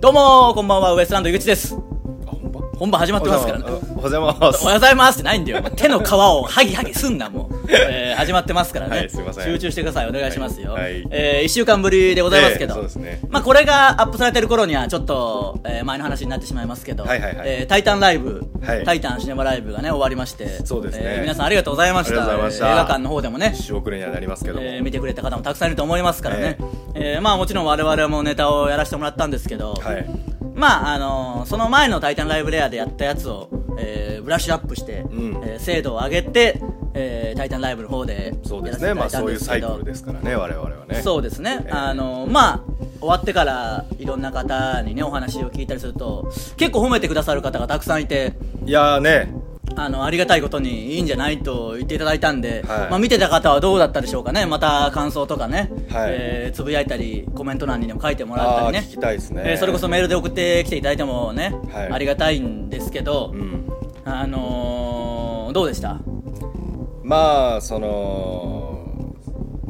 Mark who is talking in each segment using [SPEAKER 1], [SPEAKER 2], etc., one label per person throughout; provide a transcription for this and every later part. [SPEAKER 1] どうもこんばんは、ウエストランド井口です。
[SPEAKER 2] あ、ほんま
[SPEAKER 1] 本番始まってますからね。
[SPEAKER 2] おはようございま
[SPEAKER 1] お
[SPEAKER 2] す。
[SPEAKER 1] はようございますってないんだよ。手の皮を ハギハギすんな、もう。えー始まってますからね。
[SPEAKER 2] はいすいません
[SPEAKER 1] 集中してください。お願いしますよ。
[SPEAKER 2] はいはい
[SPEAKER 1] えー一週間ぶりでございますけど。
[SPEAKER 2] ええそうですね
[SPEAKER 1] まあ、これがアップされてる頃には、ちょっと、えー前の話になってしまいますけど、
[SPEAKER 2] はいはいはい
[SPEAKER 1] えータイタンライブ、
[SPEAKER 2] はい
[SPEAKER 1] タイタンシネマライブがね、終わりまして、
[SPEAKER 2] そうですね
[SPEAKER 1] えー皆さんありがとうございました。
[SPEAKER 2] ありがとうございました
[SPEAKER 1] えー映画館の方でもね、
[SPEAKER 2] 一生遅れにはなりますけども。
[SPEAKER 1] えー見てくれた方もたくさんいると思いますからね、えーまあ、もちろん我々もネタをやらせてもらったんですけど、
[SPEAKER 2] はい
[SPEAKER 1] まああのーその前の「タイタンライブレア」でやったやつを、えーブラッシュアップして、
[SPEAKER 2] ん
[SPEAKER 1] えー精度を上げて、えータイタンライブ」の方で
[SPEAKER 2] そうで
[SPEAKER 1] やら
[SPEAKER 2] す
[SPEAKER 1] せていた
[SPEAKER 2] ね。
[SPEAKER 1] だ
[SPEAKER 2] ま
[SPEAKER 1] い
[SPEAKER 2] あ
[SPEAKER 1] たん
[SPEAKER 2] そういうサイ
[SPEAKER 1] け
[SPEAKER 2] ク
[SPEAKER 1] ど
[SPEAKER 2] ルですからね、我々はね。
[SPEAKER 1] そうですね、
[SPEAKER 2] ええ
[SPEAKER 1] あのーまあ終わってからいろんな方にねお話を聞いたりすると結構褒めてくださる方がたくさんいて
[SPEAKER 2] いやーね、
[SPEAKER 1] あのありがたいことにいいんじゃないと言っていただいたんで、
[SPEAKER 2] はい
[SPEAKER 1] まあ、見てた方はどうだったでしょうかねまた感想とかね、
[SPEAKER 2] はい
[SPEAKER 1] えーつぶやいたりコメント欄にでも書いてもらっ
[SPEAKER 2] あ
[SPEAKER 1] た
[SPEAKER 2] あ
[SPEAKER 1] り
[SPEAKER 2] ー、
[SPEAKER 1] ね
[SPEAKER 2] 聞きたいですね。
[SPEAKER 1] えーそれこそメールで送ってきていただいてもね、
[SPEAKER 2] はい
[SPEAKER 1] ありがたいんですけど、
[SPEAKER 2] うん。
[SPEAKER 1] あのー、どうでした
[SPEAKER 2] まあ、その、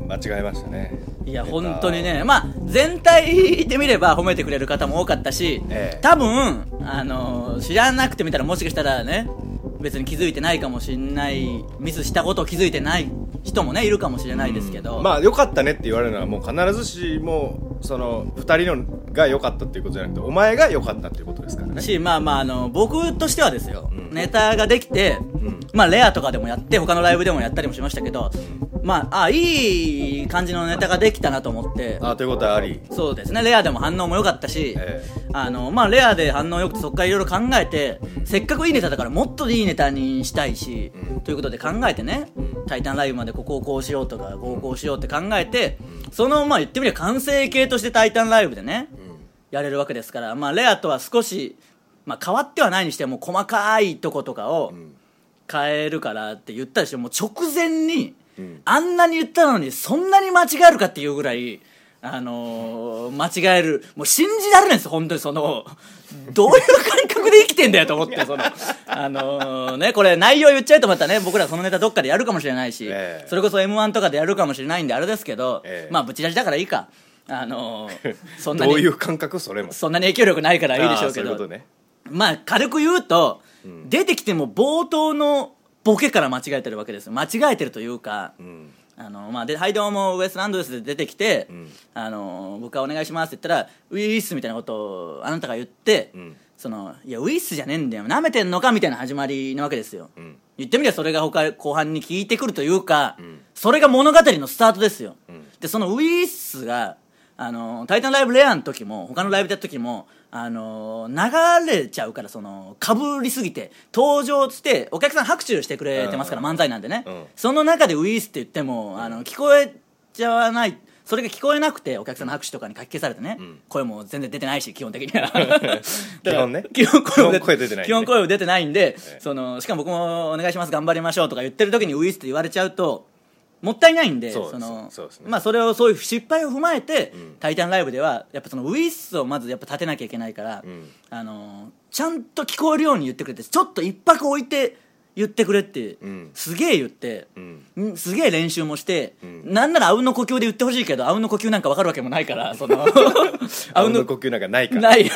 [SPEAKER 2] 間違えましたね。
[SPEAKER 1] いや
[SPEAKER 2] ネタ
[SPEAKER 1] 本当に。ね、まあ、全体で見れば褒めてくれる方も多かったし、
[SPEAKER 2] ええ
[SPEAKER 1] 多分、あのー知らなくてみたらもしかしたらね別に気づいてないかもしれないミスしたことを気づいてない人もねいるかもしれないですけど、
[SPEAKER 2] まあ、良かったねって言われるのは、もう必ずしも、その、二人のが良かったっていうことじゃなくて、お前が良かったっていうことですからね。
[SPEAKER 1] し、まあまあ、あの、僕としてはですよ、
[SPEAKER 2] ん
[SPEAKER 1] ネタができて、
[SPEAKER 2] ん
[SPEAKER 1] まあ、レアとかでもやって、他のライブでもやったりもしましたけど、まあ、あ、いい感じのネタができたなと思って、
[SPEAKER 2] あーということはあり。
[SPEAKER 1] そうですね、レアでも反応も良かったし、
[SPEAKER 2] え
[SPEAKER 1] あの、まあ、レアで反応良くて、そっからいろいろ考えて、せっかくいいネタだから、もっといいネタにしたいし、
[SPEAKER 2] うん
[SPEAKER 1] ということで考えてね、タイタンライブまでここをこうしようとか、こうこうしようって考えて、その、まあ、言ってみれば完成形としてタイタンライブでね、やれるわけですから、まあ、レアとは少し、まあ、変わってはないにしても細かいとことかを変えるからって言ったでしょもう直前に、あんなに言ったのにそんなに間違えるかっていうぐらい、あのー間違えるもう信じられないです本当にそのどういう感覚で生きてんだよと思ってその、あのーね、これ内容言っちゃうとまたね僕らそのネタどっかでやるかもしれないし、
[SPEAKER 2] ええ
[SPEAKER 1] それこそ m 1とかでやるかもしれないんであれですけど、
[SPEAKER 2] ええ
[SPEAKER 1] まあぶち出しだからいいか。あの ーそんな
[SPEAKER 2] ど
[SPEAKER 1] に
[SPEAKER 2] ういう感覚それも。
[SPEAKER 1] そんなに影響力ないからいいでしょうけ
[SPEAKER 2] あーそうい
[SPEAKER 1] ど
[SPEAKER 2] うことね。
[SPEAKER 1] まあ軽く言うと、出てきても冒頭のボケから間違えてるわけですよ間違えてるというか、
[SPEAKER 2] うん。
[SPEAKER 1] あのまあ、ではいどうもウエストランドですで出てきて、あの僕はお願いしますって言ったらウィースみたいなことをあなたが言って、
[SPEAKER 2] ん
[SPEAKER 1] そのいやウィースじゃねえんだよなめてんのかみたいな始まりなわけですよ、
[SPEAKER 2] ん
[SPEAKER 1] 言ってみればそれが他後半に効いてくるというか、それが物語のスタートですよ、でそのウィースがあの「タイタンライブレア」の時も他のライブやった時もあの流れちゃうからそのかぶりすぎて登場してお客さん拍手してくれてますから
[SPEAKER 2] うん
[SPEAKER 1] 漫才なんでね、
[SPEAKER 2] うん
[SPEAKER 1] その中でウィースって言っても、あの聞こえちゃわないそれが聞こえなくてお客さんの拍手とかにかき消されてね、声も全然出てないし基本的に は
[SPEAKER 2] 基本ね
[SPEAKER 1] 基本声も
[SPEAKER 2] 基本声出てない
[SPEAKER 1] 基本声も出てないんで、
[SPEAKER 2] ええ
[SPEAKER 1] そのしかも僕も「お願いします頑張りましょう」とか言ってる時にウィースって言われちゃうともったいないんで
[SPEAKER 2] そうです
[SPEAKER 1] の
[SPEAKER 2] そうですね
[SPEAKER 1] まあそれをそういう失敗を踏まえて「タイタンライブ」ではやっぱそのウィースをまずやっぱ立てなきゃいけないから、
[SPEAKER 2] ん
[SPEAKER 1] あのちゃんと聞こえるように言ってくれてちょっと一泊置いて言ってくれって、
[SPEAKER 2] ん
[SPEAKER 1] すげえ言って、
[SPEAKER 2] ん
[SPEAKER 1] んすげえ練習もして、なんならあうんの呼吸で言ってほしいけどあうんの呼吸なんか分かるわけもないからそ の
[SPEAKER 2] あうんの呼吸なんかないから。
[SPEAKER 1] ない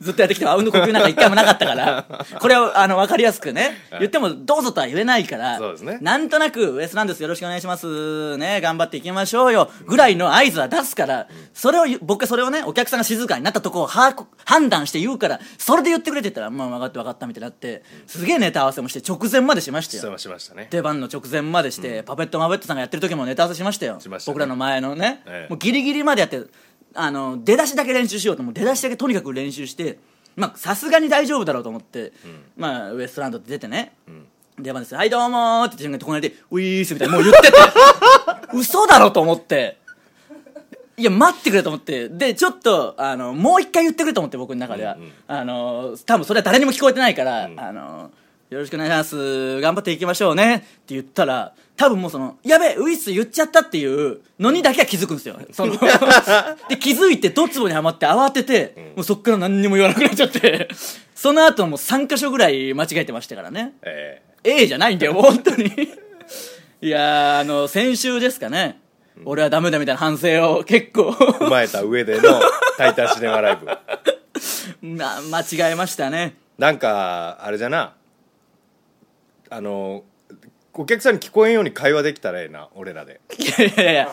[SPEAKER 1] ずっとやってきてもあうんの呼吸なんか一回もなかった からこれはあの分かりやすくね言ってもどうぞとは言えないから
[SPEAKER 2] そうですね
[SPEAKER 1] なんとなく「ウエストランドですよろしくお願いしますね頑張っていきましょうよ」ぐらいの合図は出すからそれを言う僕はそれをねお客さんが静かになったとこを把握判断して言うからそれで言ってくれって言ったら「まあ分かった分かった」みたいになってすげえネタ合わせもして直前までしました
[SPEAKER 2] 質
[SPEAKER 1] よ
[SPEAKER 2] 問しましたね。
[SPEAKER 1] 出番の直前までして、パペットマペットさんがやってる時もネタ合わせしましたよ
[SPEAKER 2] しましたね
[SPEAKER 1] 僕らの前のね、
[SPEAKER 2] ええ
[SPEAKER 1] もうギリギリまでやってあの出だしだけ練習しようともう出だしだけとにかく練習してまあさすがに大丈夫だろうと思って、まあウエストランドって出てね、出番ですよはいどうもーって言って隣で「ウィース」みたいなもう言ってて 嘘だろと思っていや待ってくれと思ってでちょっとあのもう一回言ってくれと思って僕の中では、あの多分それは誰にも聞こえてないから、あのよろしくお願いします頑張っていきましょうねって言ったら多分もうそのやべえウイス言っちゃったっていうのにだけは気づくんですよそので気づいてドツボにはまって慌てて、もうそっから何にも言わなくなっちゃってその後もう3箇所ぐらい間違えてましたからね
[SPEAKER 2] え
[SPEAKER 1] A じゃないんだよ、本当に。いやー、あの、先週ですかね。俺はダメだみたいな反省を結構
[SPEAKER 2] 踏まえた上でのタイタンシネマライブ
[SPEAKER 1] な間違えましたね
[SPEAKER 2] なんかあれじゃなあのお客さんに聞こえんように会話できたらええな俺らで
[SPEAKER 1] いやいやいや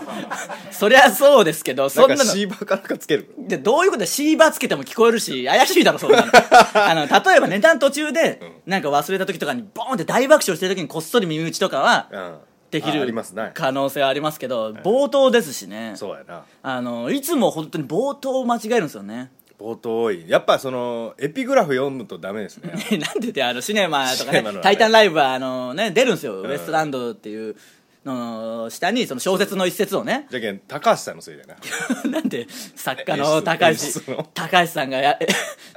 [SPEAKER 1] そりゃそうですけど
[SPEAKER 2] な
[SPEAKER 1] そ
[SPEAKER 2] ん
[SPEAKER 1] んな
[SPEAKER 2] か
[SPEAKER 1] の
[SPEAKER 2] シーバーかなんかつける
[SPEAKER 1] でどういうことだシーバーつけても聞こえるし怪しいだろそん なのあの例えばネタの途中で、なんか忘れた時とかにボーンって大爆笑してる時にこっそり耳打ちとかは
[SPEAKER 2] うん
[SPEAKER 1] でき
[SPEAKER 2] ああ
[SPEAKER 1] る
[SPEAKER 2] りますね
[SPEAKER 1] 可能性はありますけど冒頭ですしね
[SPEAKER 2] そうやな
[SPEAKER 1] あのいつも本当に冒頭を間違えるんですよね
[SPEAKER 2] 冒頭多いやっぱそのエピグラフ読むとダメで すね
[SPEAKER 1] ねなんて言ってあのシネマとか
[SPEAKER 2] シネ
[SPEAKER 1] ね
[SPEAKER 2] マのあれ
[SPEAKER 1] 「タイタンライブ」はあの、ね、出るんですよ、ウエストランドっていうのの下にその小説の一節をね
[SPEAKER 2] じゃけん高橋さんのせいだな
[SPEAKER 1] なんで作家の高
[SPEAKER 2] 演
[SPEAKER 1] 橋
[SPEAKER 2] 出の
[SPEAKER 1] 高橋さんがや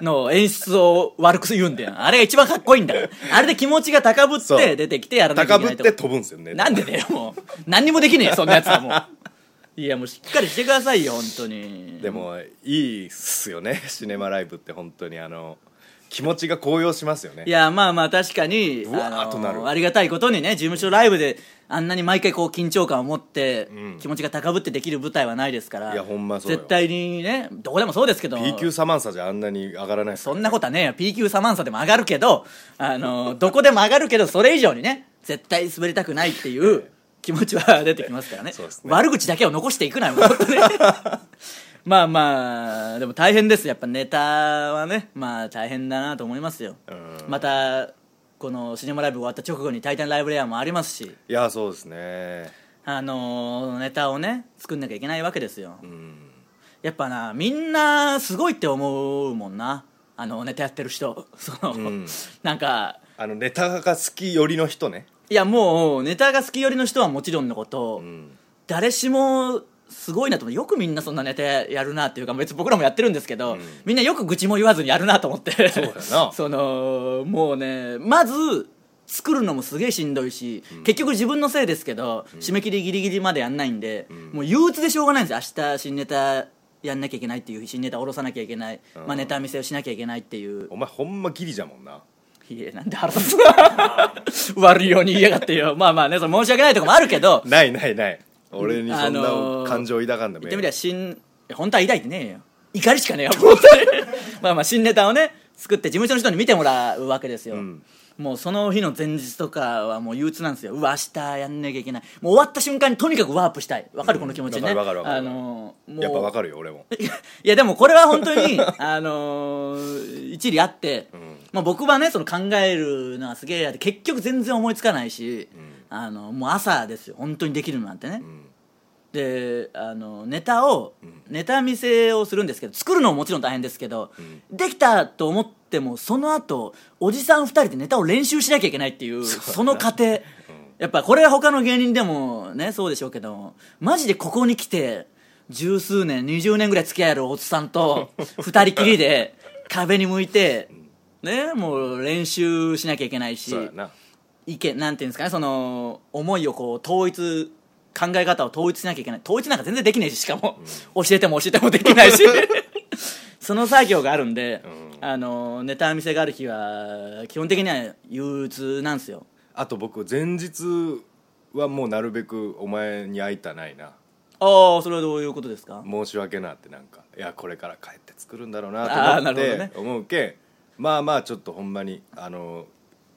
[SPEAKER 1] の演出を悪く言うんだよあれが一番かっこいいんだからあれで気持ちが高ぶっ
[SPEAKER 2] そう
[SPEAKER 1] て出てきてやらなきゃ
[SPEAKER 2] 高
[SPEAKER 1] いけ
[SPEAKER 2] ぶ
[SPEAKER 1] な
[SPEAKER 2] っ
[SPEAKER 1] いと
[SPEAKER 2] て飛ぶんですよね
[SPEAKER 1] なんでだよもう何にもできねえそんなやつはもういやもうしっかりしてくださいよ本当に
[SPEAKER 2] でもいいっすよねシネマライブって本当にあの気持ちが高揚しますよね
[SPEAKER 1] いやまあまあ確かに
[SPEAKER 2] うわーっとなる
[SPEAKER 1] あのありがたいことにね事務所ライブであんなに毎回こう緊張感を持って、気持ちが高ぶってできる舞台はないですから
[SPEAKER 2] いやほんまそうよ
[SPEAKER 1] 絶対にねどこでもそうですけど
[SPEAKER 2] B 級サマンサじゃあんなに上がらない
[SPEAKER 1] そんなことはねえよ P 級サマンサでも上がるけどあのどこでも上がるけどそれ以上にね絶対滑りたくないっていう気持ちは出てきますからね
[SPEAKER 2] そうですね
[SPEAKER 1] 悪口だけを残していくなよ本当 ねまあまあでも大変ですやっぱネタはねまあ大変だなと思いますよ
[SPEAKER 2] うん
[SPEAKER 1] またこのシネマライブ終わった直後に「タイタンライブレア」もありますし
[SPEAKER 2] いやそうですね
[SPEAKER 1] あのネタをね作んなきゃいけないわけですよ
[SPEAKER 2] うん
[SPEAKER 1] やっぱなみんなすごいって思うもんなあのネタやってる人その、
[SPEAKER 2] ん
[SPEAKER 1] なんか
[SPEAKER 2] あのネタが好き寄りの人ね
[SPEAKER 1] いやもうネタが好き寄りの人はもちろんのこと、
[SPEAKER 2] ん
[SPEAKER 1] 誰しもすごいなと思ってよくみんなそんなネタやるなっていうか別に僕らもやってるんですけど、みんなよく愚痴も言わずにやるなと思ってそう
[SPEAKER 2] だよな
[SPEAKER 1] そのもうねまず作るのもすげえしんどいし、結局自分のせいですけど、締め切りギリギリまでやんないんで、もう憂鬱でしょうがないんですよ明日新ネタやんなきゃいけないっていう新ネタ下ろさなきゃいけない、まあ、ネタ見せをしなきゃいけないっていう
[SPEAKER 2] お前ほんまギリじゃもんない
[SPEAKER 1] やなんで腹立つな 悪いように言いやがってよまあまあねそれ申し訳ないとこもあるけど
[SPEAKER 2] ないないない俺にそ
[SPEAKER 1] あ
[SPEAKER 2] ん
[SPEAKER 1] の
[SPEAKER 2] な
[SPEAKER 1] ー
[SPEAKER 2] 感情抱かんでも
[SPEAKER 1] 言っ
[SPEAKER 2] え
[SPEAKER 1] て
[SPEAKER 2] え
[SPEAKER 1] みりゃ新いや本当は抱いてねえよ怒りしかねえよ本当に まあまあ新ネタをね作って事務所の人に見てもらうわけですよ、
[SPEAKER 2] ん
[SPEAKER 1] もうその日の前日とかはもう憂鬱なんですようわ明日やんなきゃいけないもう終わった瞬間にとにかくワープしたいわかるこの気持ちね、
[SPEAKER 2] わかるわかるわかる
[SPEAKER 1] あのーもう
[SPEAKER 2] やっぱわかるよ俺も
[SPEAKER 1] いやでもこれは本当にあのー一理あって、まあ、僕はねその考えるのはすげえやって結局全然思いつかないし、あのもう朝ですよ本当にできるのなんてね、であのネタを、ネタ見せをするんですけど作るのももちろん大変ですけど、できたと思ってもその後おじさん2人でネタを練習しなきゃいけないっていうその過程、やっぱこれは他の芸人でもねそうでしょうけどマジでここに来て十数年20年ぐらい付き合えるおっさん と二人きりで壁に向いて、ね、もう練習しなきゃいけないし
[SPEAKER 2] そうやな
[SPEAKER 1] 意見なんていうんですかねその思いをこう統一考え方を統一しなきゃいけない統一なんか全然できねえししかも、教えても教えてもできない しその作業があるんで、あのネタ見せがある日は基本的には憂鬱なんですよ
[SPEAKER 2] あと僕前日はもうなるべくお前に会いたないな
[SPEAKER 1] ああそれはどういうことですか
[SPEAKER 2] 申し訳なってなんかいやこれから帰って作るんだろうなと思っ
[SPEAKER 1] あーな
[SPEAKER 2] て、
[SPEAKER 1] るほ
[SPEAKER 2] 思うけんまあまあちょっとほんまにあの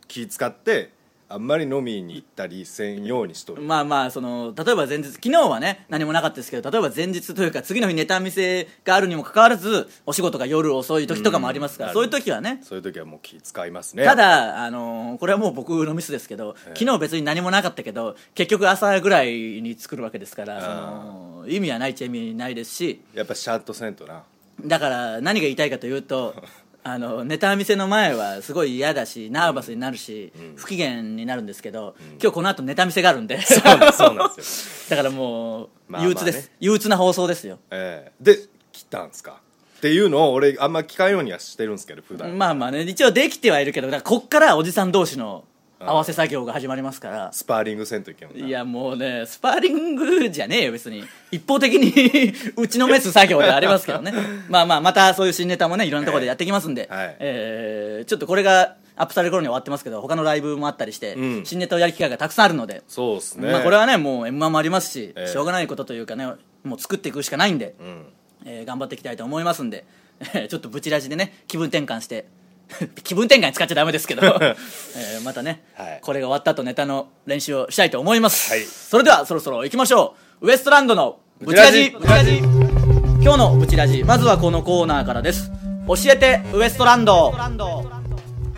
[SPEAKER 2] 気使ってあんまり飲みに行ったりせんようにしとる、
[SPEAKER 1] まあまあその例えば前日昨日はね何もなかったですけど例えば前日というか次の日ネタ見せがあるにもかかわらずお仕事が夜遅い時とかもありますから、
[SPEAKER 2] うん
[SPEAKER 1] そういう時はね
[SPEAKER 2] そういう時はもう気使いますね
[SPEAKER 1] ただ、あのーこれはもう僕のミスですけど、昨日別に何もなかったけど結局朝ぐらいに作るわけですからその意味はないっちゃ意味ないですし
[SPEAKER 2] やっぱシャートせんとな
[SPEAKER 1] だから何が言いたいかというとあのネタ見せの前はすごい嫌だしナーバスになるし、不機嫌になるんですけど、今日この後ネタ見せがあるんで
[SPEAKER 2] そうなんそうなんです よ、
[SPEAKER 1] だからもう、
[SPEAKER 2] まあ
[SPEAKER 1] 憂鬱です、
[SPEAKER 2] まあね
[SPEAKER 1] 憂鬱な放送ですよ
[SPEAKER 2] ええで来たんすかっていうのを俺あんま聞かんようにはしてるんですけど普段、
[SPEAKER 1] まあまあね一応できてはいるけどだからこっからおじさん同士の合わせ作業が始まりますから
[SPEAKER 2] スパーリングせんといけんもんない
[SPEAKER 1] やもうねスパーリングじゃねえよ別に一方的に 打ちのめす作業ではあります けどねまあまあまたそういう新ネタもねいろんなところでやってきますんで、
[SPEAKER 2] はい
[SPEAKER 1] えーちょっとこれがアップされる頃には終わってますけど他のライブもあったりして、
[SPEAKER 2] うん
[SPEAKER 1] 新ネタをやる機会がたくさんあるので、
[SPEAKER 2] そうですね、
[SPEAKER 1] まあ、これはねもう m 1もありますし、
[SPEAKER 2] ええ
[SPEAKER 1] しょうがないことというかねもう作っていくしかないんで、
[SPEAKER 2] うん、
[SPEAKER 1] えー頑張っていきたいと思いますんで ちょっとブチラジでね気分転換して 気分転換に使っちゃダメですけ ど、えーまたね、
[SPEAKER 2] はい
[SPEAKER 1] これが終わった後ネタの練習をしたいと思います、
[SPEAKER 2] はい
[SPEAKER 1] それではそろそろ行きましょうウエストランドのブ
[SPEAKER 2] ブ
[SPEAKER 1] チ
[SPEAKER 2] チ
[SPEAKER 1] ラ
[SPEAKER 2] ラ
[SPEAKER 1] ジ
[SPEAKER 2] ジ
[SPEAKER 1] 今日のブチラジまずはこのコーナーからです教えてウエストランド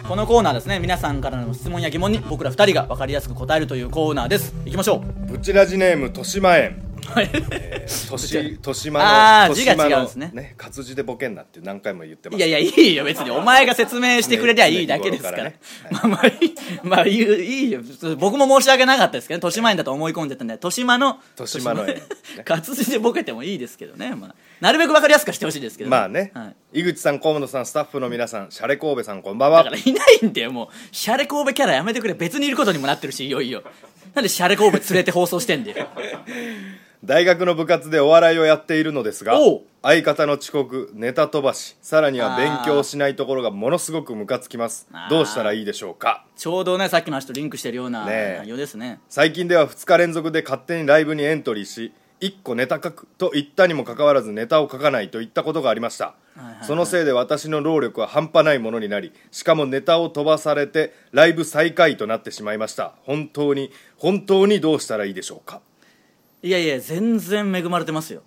[SPEAKER 1] このコーナーですね皆さんからの質問や疑問に僕ら2人が分かりやすく答えるというコーナーです行きましょう
[SPEAKER 2] ブチラジネーム豊島園
[SPEAKER 1] はい
[SPEAKER 2] えーとし豊
[SPEAKER 1] あ
[SPEAKER 2] 島
[SPEAKER 1] ー
[SPEAKER 2] の豊島
[SPEAKER 1] 字が違うん
[SPEAKER 2] の
[SPEAKER 1] ですね
[SPEAKER 2] 活字でボケんなって何回も言ってま
[SPEAKER 1] い
[SPEAKER 2] す
[SPEAKER 1] やいや、いいよ、別に。お前が説明してくれりゃいいだけです から。
[SPEAKER 2] 常日
[SPEAKER 1] まあまあいい、まあ言ういいよ。僕も申し訳なかったですけどね、豊島園だと思い込んじゃったんで、豊島の、
[SPEAKER 2] 豊島の園ね
[SPEAKER 1] 活字でボケてもいいですけどね。まあ、なるべくわかりやすくしてほしいですけど、
[SPEAKER 2] まあね、
[SPEAKER 1] はい。
[SPEAKER 2] 井口さん河本さんスタッフの皆さんシャレ神戸さんこんばん
[SPEAKER 1] だ
[SPEAKER 2] は
[SPEAKER 1] からいないんだよ、もう。シャレ神戸キャラやめてくれ。別にいることにもなってるし、いよいよ。なんでシャレ神戸連れて放送してんだ よ。
[SPEAKER 2] 大学の部活でお笑いをやっているのですが
[SPEAKER 1] おう
[SPEAKER 2] 相方の遅刻ネタ飛ばしさらには勉
[SPEAKER 1] あー
[SPEAKER 2] 強しないところがものすごくムカつきます
[SPEAKER 1] あー
[SPEAKER 2] どうしたらいいでしょうか
[SPEAKER 1] ちょうどね、さっきの話とリンクしてるような
[SPEAKER 2] ねえ
[SPEAKER 1] 内容ですね。
[SPEAKER 2] 最近では2日連続で勝手にライブにエントリーし1個ネタ書くと言ったにもかかわらずネタを書かないといったことがありました、
[SPEAKER 1] いはいはい
[SPEAKER 2] そのせいで私の労力は半端ないものになりしかもネタを飛ばされてライブ最下位となってしまいました本当に本当にどうしたらいいでしょうか
[SPEAKER 1] いやいや全然恵まれてますよ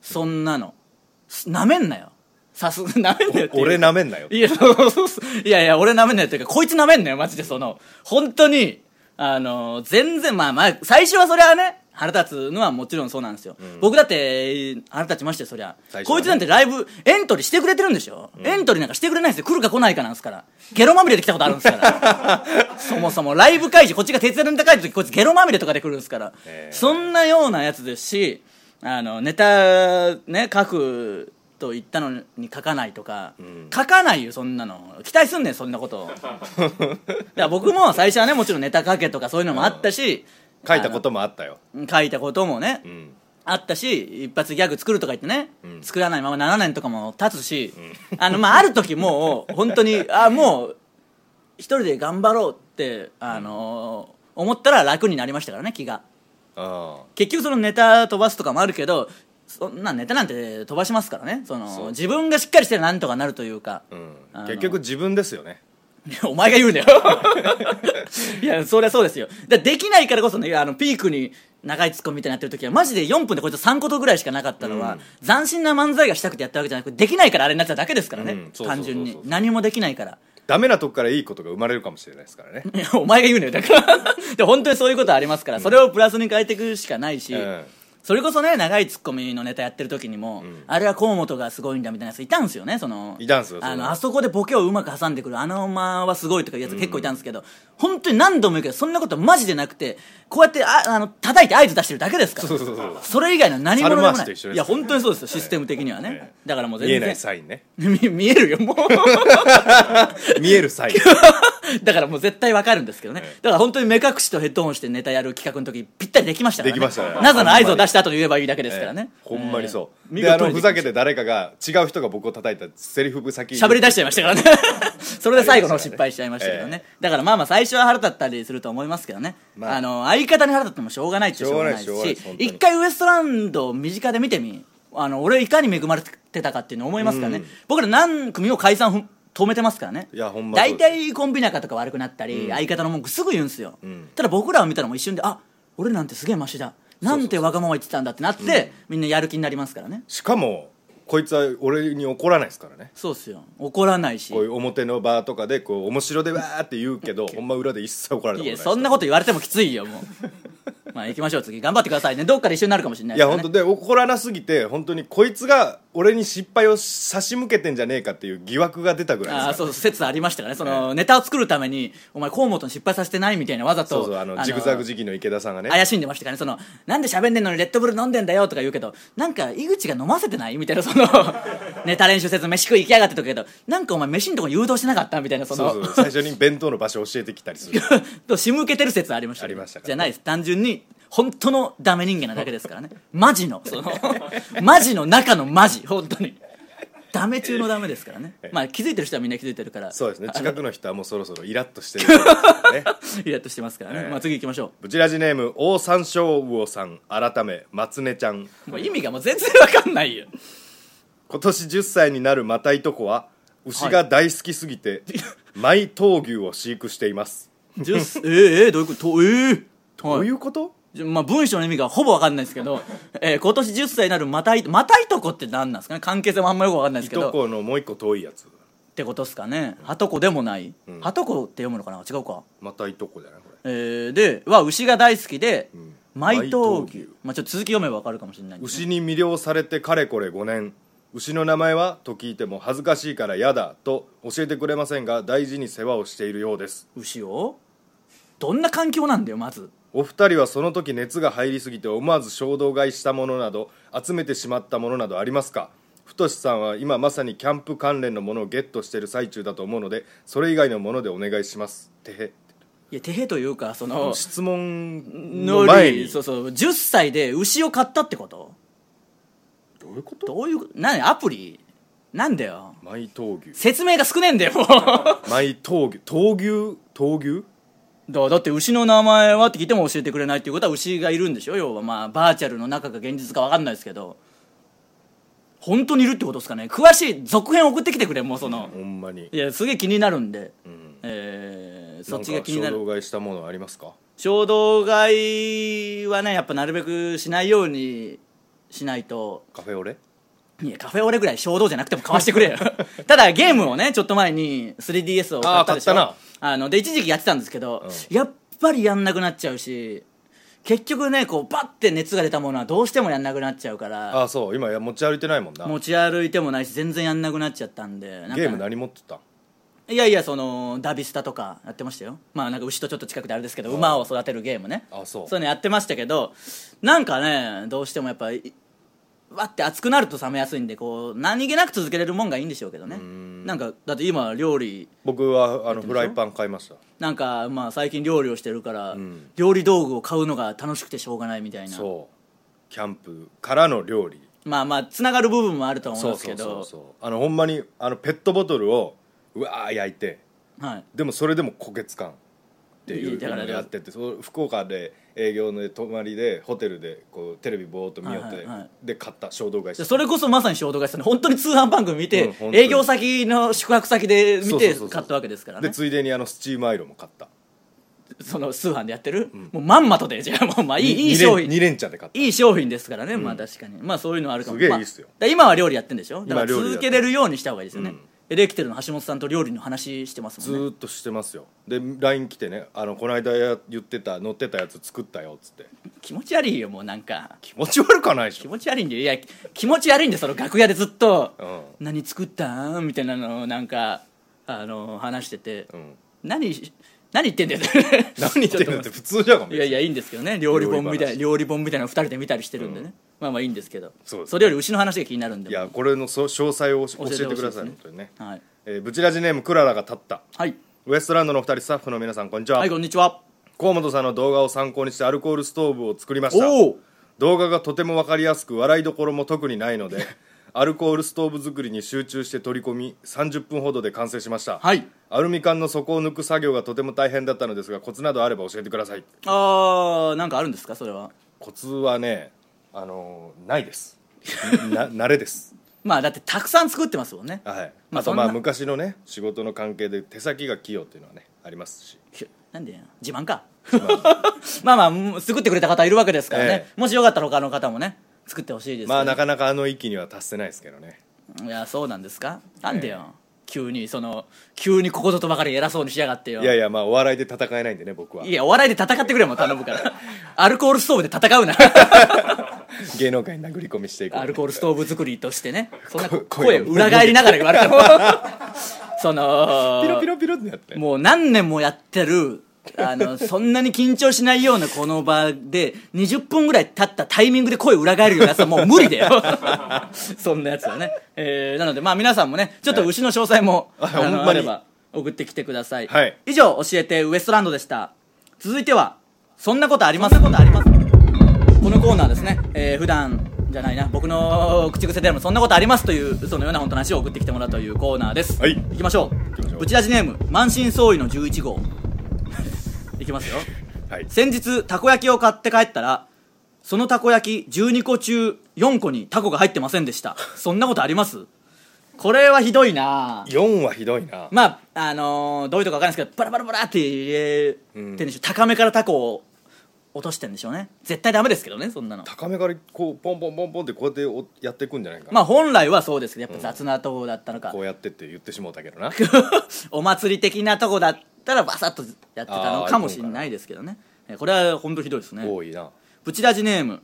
[SPEAKER 1] そんなのなめんなよさすがなめんなよっていう
[SPEAKER 2] 俺なめんなよ
[SPEAKER 1] いやそうそうそういやいや俺なめんなよっていうかこいつなめんなよマジでその本当にあの全然まあまあ最初はそれはね腹立つのはもちろんそうなんですよ、僕だって腹立ちましたよそりゃ、
[SPEAKER 2] 最初
[SPEAKER 1] こ
[SPEAKER 2] はいね
[SPEAKER 1] つなんてライブエントリーしてくれてるんでしょ、エントリーなんかしてくれないですよ来るか来ないかなんですからゲロまみれで来たことあるんですからそもそもライブ会場こっちが徹夜のネタ書いた時こいつゲロまみれとかで来るんですから、
[SPEAKER 2] えー
[SPEAKER 1] そんなようなやつですしあのネタね書くと言ったのに書かないとか、書かないよそんなの期待すんねんそんなこと だから僕も最初はねもちろんネタ書けとかそういうのもあったし、
[SPEAKER 2] 書いたこともあったよ、
[SPEAKER 1] あの書いたこともね、
[SPEAKER 2] うん、
[SPEAKER 1] あったし一発ギャグ作るとか言ってね、作らないまま7年とかも経つし、 あのまあ、ある時もう本当にあもう一人で頑張ろうって、あの思ったら楽になりましたからね気が。
[SPEAKER 2] あ
[SPEAKER 1] 結局そのネタ飛ばすとかもあるけどそんなネタなんて飛ばしますからねその
[SPEAKER 2] そう
[SPEAKER 1] 自分がしっかりしてるなんとかなるというか、
[SPEAKER 2] ーうん
[SPEAKER 1] あの
[SPEAKER 2] 結局自分ですよね
[SPEAKER 1] い やお前が言うんだよいやそりゃそうですよだできないからこそねあのピークに長いツッコミみたいになってる時はマジで4分でこいつ3ことぐらいしかなかったのは、斬新な漫才がしたくてやったわけじゃなくてできないからあれになっちゃうだけですからね、
[SPEAKER 2] うんそうそうそうそう
[SPEAKER 1] 単純に何もできないから
[SPEAKER 2] ダメなとこからいいことが生まれるかもしれないですからね
[SPEAKER 1] いや お前が言うのよだから で本当にそういうことありますから、それをプラスに変えていくしかないし、
[SPEAKER 2] うん
[SPEAKER 1] それこそね長いツッコミのネタやってる時にも、あれは河本がすごいんだみたいなやついたんですよねその
[SPEAKER 2] いたんすよそ
[SPEAKER 1] あ
[SPEAKER 2] ういう
[SPEAKER 1] の
[SPEAKER 2] の
[SPEAKER 1] あそこでボケをうまく挟んでくるあの間はすごいとかいうやつ結構いたんですけど、本当に何度も言うけどそんなことマジでなくてこうやってああの叩いて合図出してるだけですから
[SPEAKER 2] そうそうそう
[SPEAKER 1] それ以外の何者でも
[SPEAKER 2] 猿回
[SPEAKER 1] な
[SPEAKER 2] しと一緒
[SPEAKER 1] い
[SPEAKER 2] です
[SPEAKER 1] いや本当にそうですよシステム的にはね、
[SPEAKER 2] ええ
[SPEAKER 1] だからもう全
[SPEAKER 2] 見え
[SPEAKER 1] 然
[SPEAKER 2] ないサインね
[SPEAKER 1] 見 見えるよもう
[SPEAKER 2] 見えるサイン
[SPEAKER 1] だからもう絶対わかるんですけどね、
[SPEAKER 2] ええ
[SPEAKER 1] だから本当に目隠しとヘッドホンしてネタやる企画の時ぴったりできましたから、ね、
[SPEAKER 2] できましたね
[SPEAKER 1] なぜの合図を出した後に言えばいいだけですからね、
[SPEAKER 2] ほんまにそう、
[SPEAKER 1] ええ
[SPEAKER 2] であの
[SPEAKER 1] 見事に
[SPEAKER 2] ふざけて誰かが違う人が僕を叩いたセリフ先に
[SPEAKER 1] 喋り出しちゃいました からねそれで最後の失敗しちゃいましたけどね、だからまあまあ最初は腹立ったりすると思いますけどね、
[SPEAKER 2] まあ
[SPEAKER 1] あの相方に腹立ってもしょうがないっちゃしょうがないです
[SPEAKER 2] しょうがない
[SPEAKER 1] し
[SPEAKER 2] しょうがないです
[SPEAKER 1] 一回ウエストランドを身近で見てみあの俺いかに恵まれてたかっていうのを思いますからね、
[SPEAKER 2] うん
[SPEAKER 1] 僕ら何組も解散ふ止めてますからね
[SPEAKER 2] いやほんまそう
[SPEAKER 1] 大
[SPEAKER 2] です
[SPEAKER 1] 体コンビ仲とか悪くなったり、相方の文句すぐ言うんすよ、ただ僕らを見たらもう一瞬であ俺なんてすげえマシだなんてわがまま言ってたんだってなってみんなやる気になりますからね
[SPEAKER 2] しかもこいつは俺に怒らないですからね
[SPEAKER 1] そうっすよ怒らないし
[SPEAKER 2] こういう表の場とかでこう面白でわーって言うけどほんま裏で一切怒られた
[SPEAKER 1] い
[SPEAKER 2] ことない
[SPEAKER 1] やそんなこと言われてもきついよもう まあ行きましょう次頑張ってくださいねどっかで一緒になるかもしれない
[SPEAKER 2] い
[SPEAKER 1] です
[SPEAKER 2] や
[SPEAKER 1] から
[SPEAKER 2] 本
[SPEAKER 1] ね
[SPEAKER 2] 当で怒らなすぎて本当にこいつが俺に失敗を差し向けてんじゃねえかっていう疑惑が出たぐらいですから
[SPEAKER 1] ああそう説ありましたからねその、ネタを作るためにお前河本に失敗させてないみたいなわざと
[SPEAKER 2] そうそうあのジグザグ時期の池田さんがね
[SPEAKER 1] 怪しんでましたからねそのなんで喋んねんのにレッドブル飲んでんだよとか言うけどなんか井口が飲ませてないみたいなそ のネタ練習せず飯食い行きやがってとか言うけどなんかお前飯のとこに誘導してなかったみたいなそ
[SPEAKER 2] そ
[SPEAKER 1] の
[SPEAKER 2] う そう最初に弁当の場所教えてきたりする
[SPEAKER 1] と仕向けてる説ありましたけど
[SPEAKER 2] ありましたから
[SPEAKER 1] じゃないです単純に本当のダ メ人間なだけですからねマジのそのマジの中のマジ本当にダメ中のダメですからね、まあ、気づいてる人はみんな気づいてるから
[SPEAKER 2] そうですね近くの人はもうそろそろイラッとしてると思うんですけどね
[SPEAKER 1] イラッとしてますからね、
[SPEAKER 2] ええ
[SPEAKER 1] まあ、次行きましょ
[SPEAKER 2] ブチラジネームオオサンショウウオさん改め松根ちゃん
[SPEAKER 1] うもう意味がもう全然わかんないよ
[SPEAKER 2] 今年10歳になるマタイトコは牛が大好きす ぎて、マイ闘牛を飼育しています
[SPEAKER 1] ジュースええええどういうこととええ
[SPEAKER 2] ど
[SPEAKER 1] は
[SPEAKER 2] う
[SPEAKER 1] い
[SPEAKER 2] いうこと
[SPEAKER 1] じゃまあ、文章の意味がほぼわかんないですけ ど、えー今年10歳になるまたいまたいとこって何なんですかね関係性もあんまよくわかんないで
[SPEAKER 2] い
[SPEAKER 1] すけど
[SPEAKER 2] とこのもう一個遠いやつ
[SPEAKER 1] ってことですかねはとこでもない、はとこって読むのかな違うか
[SPEAKER 2] マタイトコじゃないこれ
[SPEAKER 1] えーでは牛が大好きで、マイトウ
[SPEAKER 2] マイ
[SPEAKER 1] 牛
[SPEAKER 2] トウ
[SPEAKER 1] まあ、ちょっと続き読めばわかるかもしれないんでね、
[SPEAKER 2] 牛に魅了されてかれこれ5年牛の名前はと聞いても恥ずかしいから嫌だと教えてくれませんが大事に世話をしているようです
[SPEAKER 1] 牛をどんな環境なんだよまず
[SPEAKER 2] お二人はその時熱が入りすぎて思わず衝動買いしたものなど集めてしまったものなどありますか太さんは今まさにキャンプ関連のものをゲットしている最中だと思うのでそれ以外のものでお願いしますてへ
[SPEAKER 1] いやてへというかその
[SPEAKER 2] 質問
[SPEAKER 1] の
[SPEAKER 2] の前に
[SPEAKER 1] そうそう10歳で牛を買ったってこと
[SPEAKER 2] どういうこと
[SPEAKER 1] どういう何アプリなんだよ
[SPEAKER 2] マイ闘牛
[SPEAKER 1] 説明が少ねえんだよもう
[SPEAKER 2] マイ闘牛闘牛闘牛
[SPEAKER 1] だだって牛の名前はって聞いても教えてくれないっていうことは牛がいるんでしょ要はまあバーチャルの中か現実か分かんないですけど本当にいるってことですかね詳しい続編送ってきてくれもうその
[SPEAKER 2] ほんまに
[SPEAKER 1] いやすげえ気になるんで、えーそっちが気になる
[SPEAKER 2] なんか衝動買いしたものありますか
[SPEAKER 1] 衝動買いはねやっぱなるべくしないようにしないと
[SPEAKER 2] カフェオレ
[SPEAKER 1] いやカフェオレぐらい衝動じゃなくても買わして くれよただゲームをねちょっと前に 3DS を買ったでしょ
[SPEAKER 2] あー買っ
[SPEAKER 1] あので一時期やってたんですけど、やっぱりやんなくなっちゃうし結局ねこうバッて熱が出たものはどうしてもやんなくなっちゃうから
[SPEAKER 2] ああそう今持ち歩いてないもんな
[SPEAKER 1] 持ち歩いてもないし全然やんなくなっちゃったんでなんか
[SPEAKER 2] ゲーム何持ってたん
[SPEAKER 1] いやいやそのダビスタとかやってましたよまあなんか牛とちょっと近くであれですけど馬を育てるゲームね
[SPEAKER 2] あそう
[SPEAKER 1] そういうのやってましたけどなんかねどうしてもやっぱいわって熱くなると冷めやすいんでこう何気なく続けれるもんがいいんでしょうけどねなんかだって今料理
[SPEAKER 2] 僕はあのフライパン買いました
[SPEAKER 1] なんかまあ最近料理をしてるから、料理道具を買うのが楽しくてしょうがないみたいな
[SPEAKER 2] そうキャンプからの料理
[SPEAKER 1] まあまあつながる部分もあるとは思うん
[SPEAKER 2] そう
[SPEAKER 1] ですけ
[SPEAKER 2] そうそ
[SPEAKER 1] ど
[SPEAKER 2] うそうあのほんまにあのペットボトルをうわー焼いて
[SPEAKER 1] はい
[SPEAKER 2] でもそれでも焦げつかんってい
[SPEAKER 1] いういだから
[SPEAKER 2] のをやっててそう福岡で営業の泊まりでホテルでこうテレビぼーっと見よって、
[SPEAKER 1] はいはいはい
[SPEAKER 2] で買った衝動買い
[SPEAKER 1] じゃ
[SPEAKER 2] し
[SPEAKER 1] あそれこそまさに衝動買いしたね本当に通販番組見
[SPEAKER 2] うん
[SPEAKER 1] て、
[SPEAKER 2] 本当に
[SPEAKER 1] 営業先の宿泊先で見
[SPEAKER 2] そうそうそ
[SPEAKER 1] て
[SPEAKER 2] うそう
[SPEAKER 1] 買ったわけですから
[SPEAKER 2] た
[SPEAKER 1] ね
[SPEAKER 2] でついでにあのスチームアイロンも買った
[SPEAKER 1] その通販でやってる、もうまんまとでじゃあもうまあいいいい商品
[SPEAKER 2] 2連チャンで買った
[SPEAKER 1] いい商品ですからね、まあ確かにまあそういうのはあるかも
[SPEAKER 2] すげえいいっすよ
[SPEAKER 1] まあだ今は料理やってんでしょだから
[SPEAKER 2] 今料理やって
[SPEAKER 1] 続けれるようにした方がいいですよね、エレキテルの橋本さんと料理の話してます
[SPEAKER 2] ず
[SPEAKER 1] もんね
[SPEAKER 2] ーっとしてますよで LINE 来てねあの「この間や言ってた乗ってたやつ作ったよ」っつって
[SPEAKER 1] 気持ち悪いよもうなんか
[SPEAKER 2] 気持ち悪かないでし
[SPEAKER 1] 気
[SPEAKER 2] ょ
[SPEAKER 1] 持ち悪いんだよいや気持ち悪いんでその楽屋でずっと
[SPEAKER 2] う
[SPEAKER 1] 「何作ったん?」みたいなのをなんかあの話してて、
[SPEAKER 2] ん、うん、
[SPEAKER 1] 何し何言ってんだよ
[SPEAKER 2] 何言ってんのって普通じゃんかも
[SPEAKER 1] いやいやいいんですけどね料理本みたい
[SPEAKER 2] 料理話
[SPEAKER 1] 料理本みたいなの2人で見たりしてるんでね、まあまあいいんですけど
[SPEAKER 2] そうです
[SPEAKER 1] れより牛の話が気になるんで
[SPEAKER 2] いやこれのそ詳細を教
[SPEAKER 1] 教えて
[SPEAKER 2] えてくださ
[SPEAKER 1] ほしいですね
[SPEAKER 2] い本当にね、
[SPEAKER 1] はい、
[SPEAKER 2] えーブチラジネームクララが立った
[SPEAKER 1] はい、
[SPEAKER 2] ウエストランドのお二人スタッフの皆さんこんにちは、
[SPEAKER 1] はい、こんにちは
[SPEAKER 2] 河本さんの動画を参考にしてアルコールストーブを作りました
[SPEAKER 1] おお
[SPEAKER 2] 動画がとても分かりやすく笑いどころも特にないの でアルコールストーブ作りに集中して取り込み30分ほどで完成しました、
[SPEAKER 1] はい
[SPEAKER 2] アルミ缶の底を抜く作業がとても大変だったのですがコツなどあれば教えてください
[SPEAKER 1] あーなんかあるんですかそれは
[SPEAKER 2] コツはねあのーないです な慣れです
[SPEAKER 1] まあだってたくさん作ってますもんね
[SPEAKER 2] はい、
[SPEAKER 1] まあ
[SPEAKER 2] あと
[SPEAKER 1] そんな
[SPEAKER 2] まあ昔のね仕事の関係で手先が器用っていうのはねありますし
[SPEAKER 1] ひょなんでや自慢か まあまあうん作ってくれた方いるわけですからね
[SPEAKER 2] え、
[SPEAKER 1] もしよかったら他の方もね作ってほしいです
[SPEAKER 2] まあ
[SPEAKER 1] よね
[SPEAKER 2] なかなかあの域には達せないですけどね
[SPEAKER 1] いやそうなんですかなんでよ、急にその急にここぞとばかり偉そうにしやがってよ
[SPEAKER 2] いやいやまあお笑いで戦えないんでね僕はい
[SPEAKER 1] やお笑いで戦ってくれもう頼むからアルコールストーブで戦うな
[SPEAKER 2] 芸能界に殴り込みしていく
[SPEAKER 1] アルコールス
[SPEAKER 2] ー
[SPEAKER 1] トーブ作りとしてねそんな
[SPEAKER 2] こ
[SPEAKER 1] 声を裏返りながら言われたも その
[SPEAKER 2] ピロピロピロってなってね
[SPEAKER 1] もう何年もやってるあ のそんなに緊張しないようなこの場で20分ぐらい経ったタイミングで声裏返るようなやつはもう無理だ よそんなやつはね、えーなのでまあ皆さんもねちょっと牛の詳細も、
[SPEAKER 2] はい
[SPEAKER 1] あ
[SPEAKER 2] あ
[SPEAKER 1] の
[SPEAKER 2] ほんま
[SPEAKER 1] あ
[SPEAKER 2] に
[SPEAKER 1] れば送ってきてください、
[SPEAKER 2] はい
[SPEAKER 1] 以上教えてウエストランドでした続いてはそんなことありますそんなことありますこのコーナーですね、えー普段じゃないな僕の口癖でもそんなことありますという嘘のような本当の話を送ってきてもらうというコーナーです
[SPEAKER 2] はい
[SPEAKER 1] 行きましょ
[SPEAKER 2] 行きましょ
[SPEAKER 1] う
[SPEAKER 2] う
[SPEAKER 1] ブチラジネーム満身創痍の11号 いきますよ
[SPEAKER 2] はい
[SPEAKER 1] 先日たこ焼きを買って帰ったらそのたこ焼き12個中4個にタコが入ってませんでしたそんなことありますこれはひどいな
[SPEAKER 2] 4はひどいな、
[SPEAKER 1] まああのーどういうとこか分かんないですけどバラバラバラって入れてんでしょ、高めからタコを落としてんでしょうね絶対ダメですけどねそんなの
[SPEAKER 2] 高めからこうポンポンポンポンってこうやっておやっていくんじゃないかな、
[SPEAKER 1] まあ本来はそうですけどやっぱ雑なとこだったのか、
[SPEAKER 2] こうやってって言ってしもうた けどな
[SPEAKER 1] お祭り的なとこだったらバサッとやってたのかもしれないですけどねえこれは本当ひどいですね
[SPEAKER 2] 多いな
[SPEAKER 1] ブチラジネーム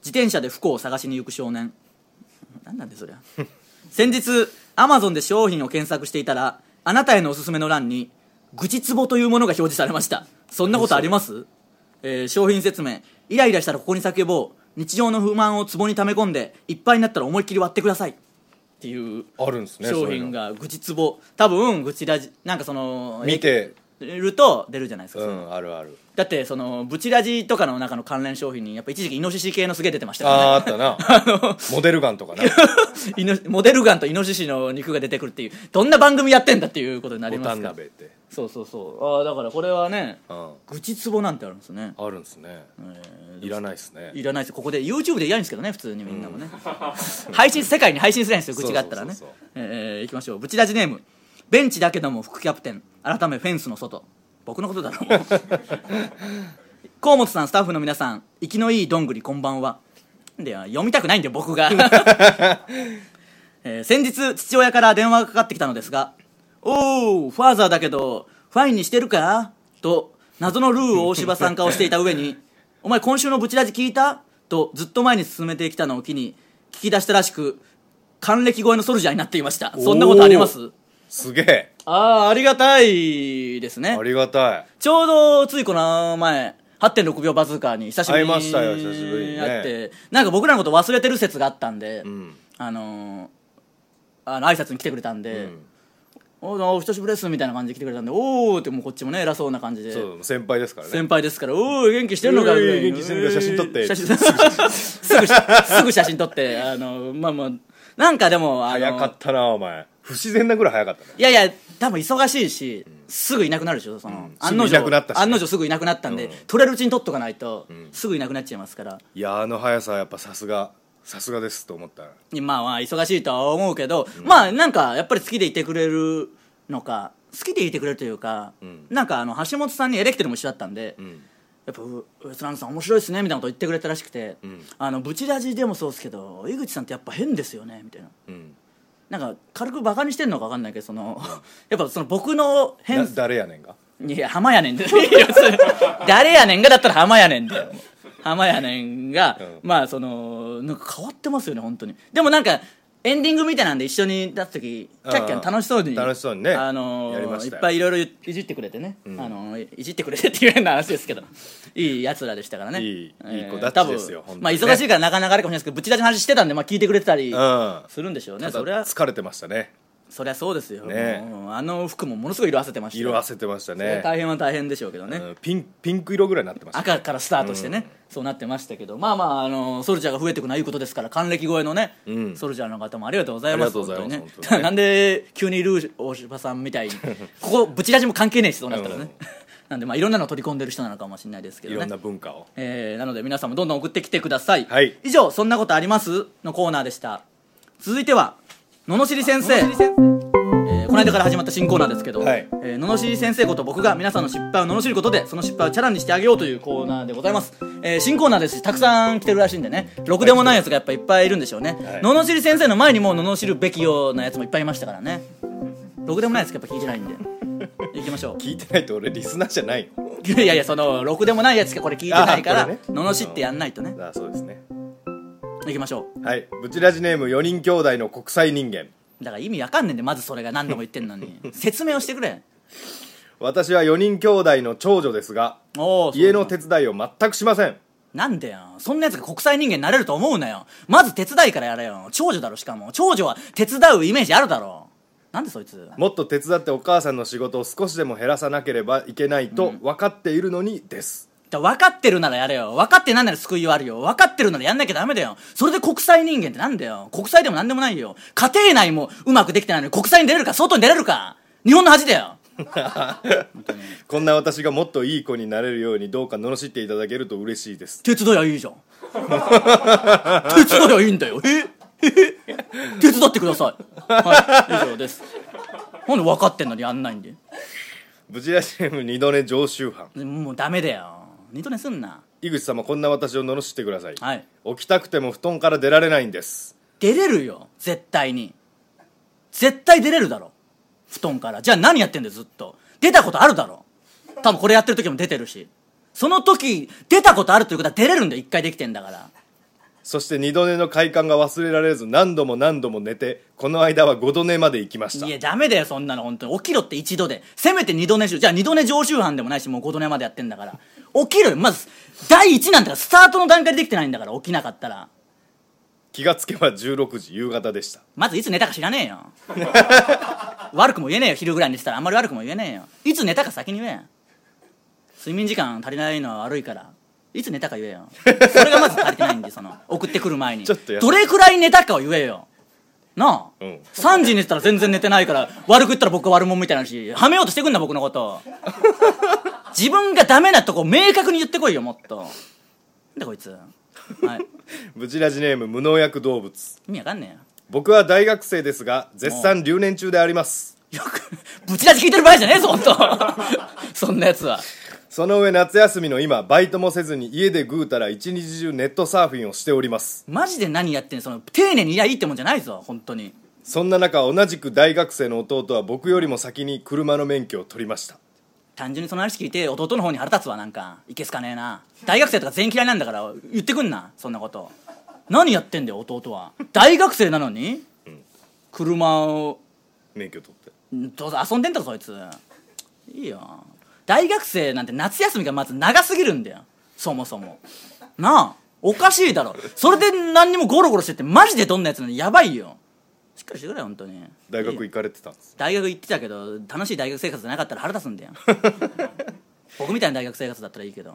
[SPEAKER 1] 自転車で不幸を探しに行く少年何なんでそりゃ 先日アマゾンで商品を検索していたらあなたへのおすすめの欄に愚痴壺というものが表示されましたそんなことあります、えー商品説明イライラしたらここに叫ぼう日常の不満を壺に溜め込んでいっぱいになったら思いっきり割ってくださいっていう
[SPEAKER 2] あるんですね
[SPEAKER 1] 商
[SPEAKER 2] そういう
[SPEAKER 1] 品
[SPEAKER 2] の
[SPEAKER 1] が愚痴壺多分愚痴ラジなんかその
[SPEAKER 2] 見て
[SPEAKER 1] ると出るじゃないですか、
[SPEAKER 2] うんある ある
[SPEAKER 1] だってそのブチラジとかの中の関連商品にやっぱ一時期イノシシ系のすげえ出てましたからね
[SPEAKER 2] あーあったなモデルガンとかな
[SPEAKER 1] イノモデルガンとイノシシの肉が出てくるっていうどんな番組やってんだっていうことになり
[SPEAKER 2] ボ
[SPEAKER 1] ま
[SPEAKER 2] タ
[SPEAKER 1] す
[SPEAKER 2] ン
[SPEAKER 1] から
[SPEAKER 2] 鍋って、
[SPEAKER 1] そうそうそうああだからこれはね
[SPEAKER 2] うん、
[SPEAKER 1] 愚痴壺なんてあるんですね
[SPEAKER 2] あるんですね、いらないですね
[SPEAKER 1] いらないですここで YouTube でやるんですけどね普通にみんなもね、配信世界に配信すりゃいいんですよ愚痴があったらね
[SPEAKER 2] そうそうそう
[SPEAKER 1] えーいきましょうブチラジネームベンチだけども副キャプテン改めフェンスの外僕のことだろもう河本さんスタッフの皆さん生きのいいどんぐりこんばんはで読みたくないんで僕が、えー先日父親から電話がかかってきたのですが「おおファーザーだけどファインにしてるか?」と謎のルー大柴さん化をしていた上に 「お前今週のブチラジ聞いた?」とずっと前に進めてきたのを機に聞き出したらしく還暦越えのソルジャーになっていましたそんなことあります
[SPEAKER 2] すげえ
[SPEAKER 1] ああありがたいですね
[SPEAKER 2] ありがたい
[SPEAKER 1] ちょうどついこの前、8.6秒バズーカーに久しぶりに
[SPEAKER 2] 会いましたよ久しぶりにね
[SPEAKER 1] 会って、なんか僕らのこと忘れてる説があったんで、
[SPEAKER 2] ん
[SPEAKER 1] あのー、あの挨拶に来てくれたんで、
[SPEAKER 2] ん
[SPEAKER 1] おお久しぶりですみたいな感じで来てくれたんで、おおってもうこっちもね、偉そうな感じで。
[SPEAKER 2] そう先輩ですからね
[SPEAKER 1] 先輩ですから、おお元気してるのか
[SPEAKER 2] うー
[SPEAKER 1] ぐらいの
[SPEAKER 2] 元気してるのか写真撮って
[SPEAKER 1] 写真すぐ、すぐ写真撮って、あの、まあまあ、なんかでも、あの、
[SPEAKER 2] 早かったなお前不自然なぐらい早かったね
[SPEAKER 1] いやいや多分忙しいし、すぐいなくなるでしょその、案の
[SPEAKER 2] すぐ
[SPEAKER 1] 定
[SPEAKER 2] いなくなったしね
[SPEAKER 1] 案の定すぐいなくなったんで、取れるうちに取っとかないと、すぐいなくなっちゃいますから
[SPEAKER 2] いやあの速さはやっぱさすがさすがですと思った
[SPEAKER 1] まあまあ忙しいとは思うけど、まあなんかやっぱり好きでいてくれるのか好きでいてくれるというか、なんかあの橋本さんにエレキテルも一緒だったんで、やっぱうウエストランドさん面白いですねみたいなこと言ってくれたらしくて、あのブチラジでもそうですけど井口さんってやっぱ変ですよねみたいな
[SPEAKER 2] うん
[SPEAKER 1] なんか軽くバカにしてるのか分かんないけどその やっぱその僕の変
[SPEAKER 2] な誰やねんが
[SPEAKER 1] いや、浜やねんで。 いやそれ誰やねんがだったら浜やねんだよ。浜やねんが、
[SPEAKER 2] う
[SPEAKER 1] まあ、その、なんか変わってますよね、本当に。でもなんか、エンディングみたいなんで一緒に出す時キャッキャン楽しそうに。
[SPEAKER 2] 楽しそうにね
[SPEAKER 1] あのー
[SPEAKER 2] やりましたよ
[SPEAKER 1] いっぱいいろいろいじってくれてね。あのーいじってくれてっていう変な話 ですけど。いい奴らでしたからね。
[SPEAKER 2] いいいい子
[SPEAKER 1] えー
[SPEAKER 2] たちですよ
[SPEAKER 1] 多分
[SPEAKER 2] 本
[SPEAKER 1] ま
[SPEAKER 2] 当
[SPEAKER 1] あ、
[SPEAKER 2] にね
[SPEAKER 1] 忙しいからなかなかあれかもしれないですけど、ぶち出しの話してたんで、まあ、聞いてくれてたり
[SPEAKER 2] うん
[SPEAKER 1] するんでしょうね。
[SPEAKER 2] ただ
[SPEAKER 1] そりゃ、
[SPEAKER 2] 疲れてましたね
[SPEAKER 1] そりゃそうですよ。
[SPEAKER 2] ね
[SPEAKER 1] もうあの服もものすごい色あせてましたよ
[SPEAKER 2] 色あせてました
[SPEAKER 1] それは
[SPEAKER 2] ね
[SPEAKER 1] 大変は大変でしょうけどね、
[SPEAKER 2] うんピンピンク色ぐらいになってました
[SPEAKER 1] 赤からスタートしてね、そうなってましたけどまあまあ、あのソルジャーが増えていくのはいいことですから還暦越えのね、
[SPEAKER 2] ん
[SPEAKER 1] ソルジャーの方もありがとうござい
[SPEAKER 2] あ
[SPEAKER 1] ま
[SPEAKER 2] り
[SPEAKER 1] す
[SPEAKER 2] がとうございます
[SPEAKER 1] 本当に
[SPEAKER 2] 本当にね
[SPEAKER 1] なんで急にルー大柴さんみたいにここブチラジも関係ねえしそうなったらね、
[SPEAKER 2] うん
[SPEAKER 1] なんでまあいろんなの取り込んでる人なのかもしれないですけ
[SPEAKER 2] い
[SPEAKER 1] ど
[SPEAKER 2] ろ
[SPEAKER 1] ね
[SPEAKER 2] んな文化を
[SPEAKER 1] えーなので皆さんもどんどん送ってきてください、
[SPEAKER 2] はい
[SPEAKER 1] 以上「そんなことあります?」のコーナーでした続いては「ののしり先生」えーこの間から始まった新コーナーですけど、
[SPEAKER 2] はい
[SPEAKER 1] えーののしり先生こと僕が皆さんの失敗を罵ることでその失敗をチャラにしてあげようというコーナーでございます、えー新コーナーですしたくさん来てるらしいんでねろくでもないやつがやっぱいっぱいいるんでしょうね、
[SPEAKER 2] はい
[SPEAKER 1] ののしり先生の前にもうののしるべきようなやつもいっぱいいましたからねろくでもないやつやっぱ聞いてないんで行きましょう
[SPEAKER 2] 聞いてないと俺リスナーじゃないよ
[SPEAKER 1] いやいやそのろくでもないやつがこれ聞いてないか
[SPEAKER 2] あ
[SPEAKER 1] ら、
[SPEAKER 2] これね
[SPEAKER 1] 罵ってやんないとね
[SPEAKER 2] あそうですね
[SPEAKER 1] 行きましょ
[SPEAKER 2] はいブチラジネーム4人兄弟の国際人間
[SPEAKER 1] うだから意味わかんねえんでまずそれが何度も言ってんのに説明をしてくれ
[SPEAKER 2] 私は4人兄弟の長女ですが
[SPEAKER 1] おお
[SPEAKER 2] 家の手伝いを全くしません
[SPEAKER 1] なんでよそんなやつが国際人間になれると思うなよまず手伝いからやれよ長女だろしかも長女は手伝うイメージあるだろなんでそいつ
[SPEAKER 2] もっと手伝ってお母さんの仕事を少しでも減らさなければいけないと分かっているのにです、
[SPEAKER 1] だから分かってるならやれよ分かってないなら救いはあるよ分かってるならやんなきゃダメだよそれで国際人間ってなんだよ国際でもなんでもないよ家庭内もうまくできてないのに国際に出れるか外に出れるか日本の恥だよ
[SPEAKER 2] こんな私がもっといい子になれるようにどうか罵っていただけると嬉しいです
[SPEAKER 1] 手伝いゃいいじゃん 手伝いゃいいんだよえ え手伝ってくださいはい以上ですなんで分かってんのにやんないんで
[SPEAKER 2] ブチラジネーム二度寝常習犯
[SPEAKER 1] もうダメだよ二度寝すんな
[SPEAKER 2] 井口様こんな私を罵ってください、
[SPEAKER 1] はい
[SPEAKER 2] 起きたくても布団から出られないんです
[SPEAKER 1] 出れるよ絶対に絶対出れるだろ布団からじゃあ何やってんだよずっと出たことあるだろ多分これやってる時も出てるしその時出たことあるということは出れるんだよ一回できてんだから
[SPEAKER 2] そして二度寝の快感が忘れられず何度も何度も寝てこの間は五度寝まで行きました
[SPEAKER 1] いやダメだよそんなの本当に起きろって一度でせめて二度寝しろじゃあ二度寝常習犯でもないしもう五度寝までやってんだから起きろよまず第一なんだからスタートの段階でできてないんだから起きなかったら
[SPEAKER 2] 気がつけば16時夕方でした
[SPEAKER 1] まずいつ寝たか知らねえ よ悪くも言えねえよ昼ぐらいにしたらあんまり悪くも言えねえよいつ寝たか先に言えよ睡眠時間足りないのは悪いからいつ寝たか言えよそれがまず足りてないんでその送ってくる前に
[SPEAKER 2] ちょっとや
[SPEAKER 1] どれくらい寝たかを言えよなあ、
[SPEAKER 2] うん
[SPEAKER 1] 3時に寝てたら全然寝てないから悪く言ったら僕は悪者みたいなしはめようとしてくんだ僕のこと 自分がダメなとこ明確に言ってこいよもっとなんだこいつはい
[SPEAKER 2] ブチラジネーム無農薬動物
[SPEAKER 1] 意味わかんねえよ
[SPEAKER 2] 僕は大学生ですが絶賛留年中であります
[SPEAKER 1] よく、ぶち出し聞いてる場合じゃねえぞ、ほんと そんなやつは。
[SPEAKER 2] その上夏休みの今バイトもせずに家でぐうたら一日中ネットサーフィンをしております
[SPEAKER 1] マジで何やってんのその、丁寧にいやいいってもんじゃないぞ、本当に。
[SPEAKER 2] そんな中同じく大学生の弟は僕よりも先に車の免許を取りました
[SPEAKER 1] 単純にその話聞いて、弟の方に腹立つわ、なんか。いけすかねえな。大学生とか全員嫌いなんだから、言ってくんな、そんなこと。何やってんだよ、弟は。大学生なのに、車を、
[SPEAKER 2] 免許取って
[SPEAKER 1] んどうせ遊んでんだろ、そいつ。いいよ。大学生なんて夏休みがまず長すぎるんだよ。そもそも。なあおかしいだろ。それで何にもゴロゴロしてて、マジでどんなやつなのやばいよ。しっかりしてくれよ、本当に。
[SPEAKER 2] 大
[SPEAKER 1] いい
[SPEAKER 2] 学
[SPEAKER 1] よ
[SPEAKER 2] 行かれてたんです
[SPEAKER 1] 大学行ってたけど、楽しい大学生活じゃなかったら腹立つんだよ。僕みたいな大学生活だったらいいけど。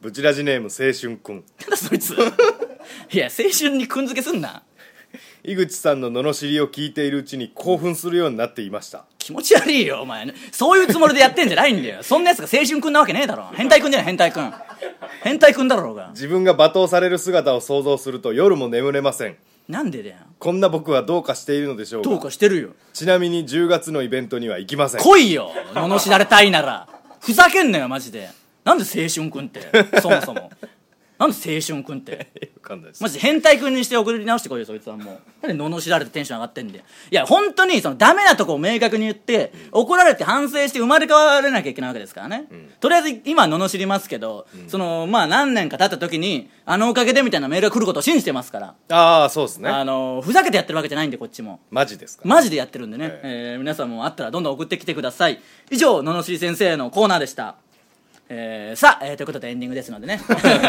[SPEAKER 2] ブチラジネーム青春くん
[SPEAKER 1] なんだそいつ。いや、青春にくんづけすんな。
[SPEAKER 2] 井口さんの罵りを聞いているうちに興奮するようになっていました
[SPEAKER 1] 気持ち悪いよ、お前。そういうつもりでやってんじゃないんだよ。そんな奴が青春くんなわけねえだろ。変態くんじゃない、変態くん。変態くんだろうが。
[SPEAKER 2] 自分が罵倒される姿を想像すると夜も眠れません
[SPEAKER 1] なんでだよ。
[SPEAKER 2] こんな僕はどうかしているのでしょうか
[SPEAKER 1] どうかしてるよ。
[SPEAKER 2] ちなみに10月のイベントには行きません
[SPEAKER 1] 来いよ、罵られたいなら。ふざけんなよ、マジで。なんで青春くんって、そもそも。なんで青春くんって。
[SPEAKER 2] わかんないです
[SPEAKER 1] マジで変態君にして送り直してこいよそいつはもうなんで罵られてテンション上がってんだよいや本当にそのダメなとこを明確に言って、怒られて反省して生まれ変われなきゃいけないわけですからね、とりあえず今は罵りますけど、そのまあ何年か経った時にあのおかげでみたいなメールが来ることを信じてますから、
[SPEAKER 2] ああそうですね
[SPEAKER 1] あのふざけてやってるわけじゃないんでこっちも
[SPEAKER 2] マジですか
[SPEAKER 1] マジでやってるんでね、
[SPEAKER 2] え
[SPEAKER 1] えー皆さんもあったらどんどん送ってきてください以上ののしり先生のコーナーでしたえー、さあ、えーということでエンディングですので ね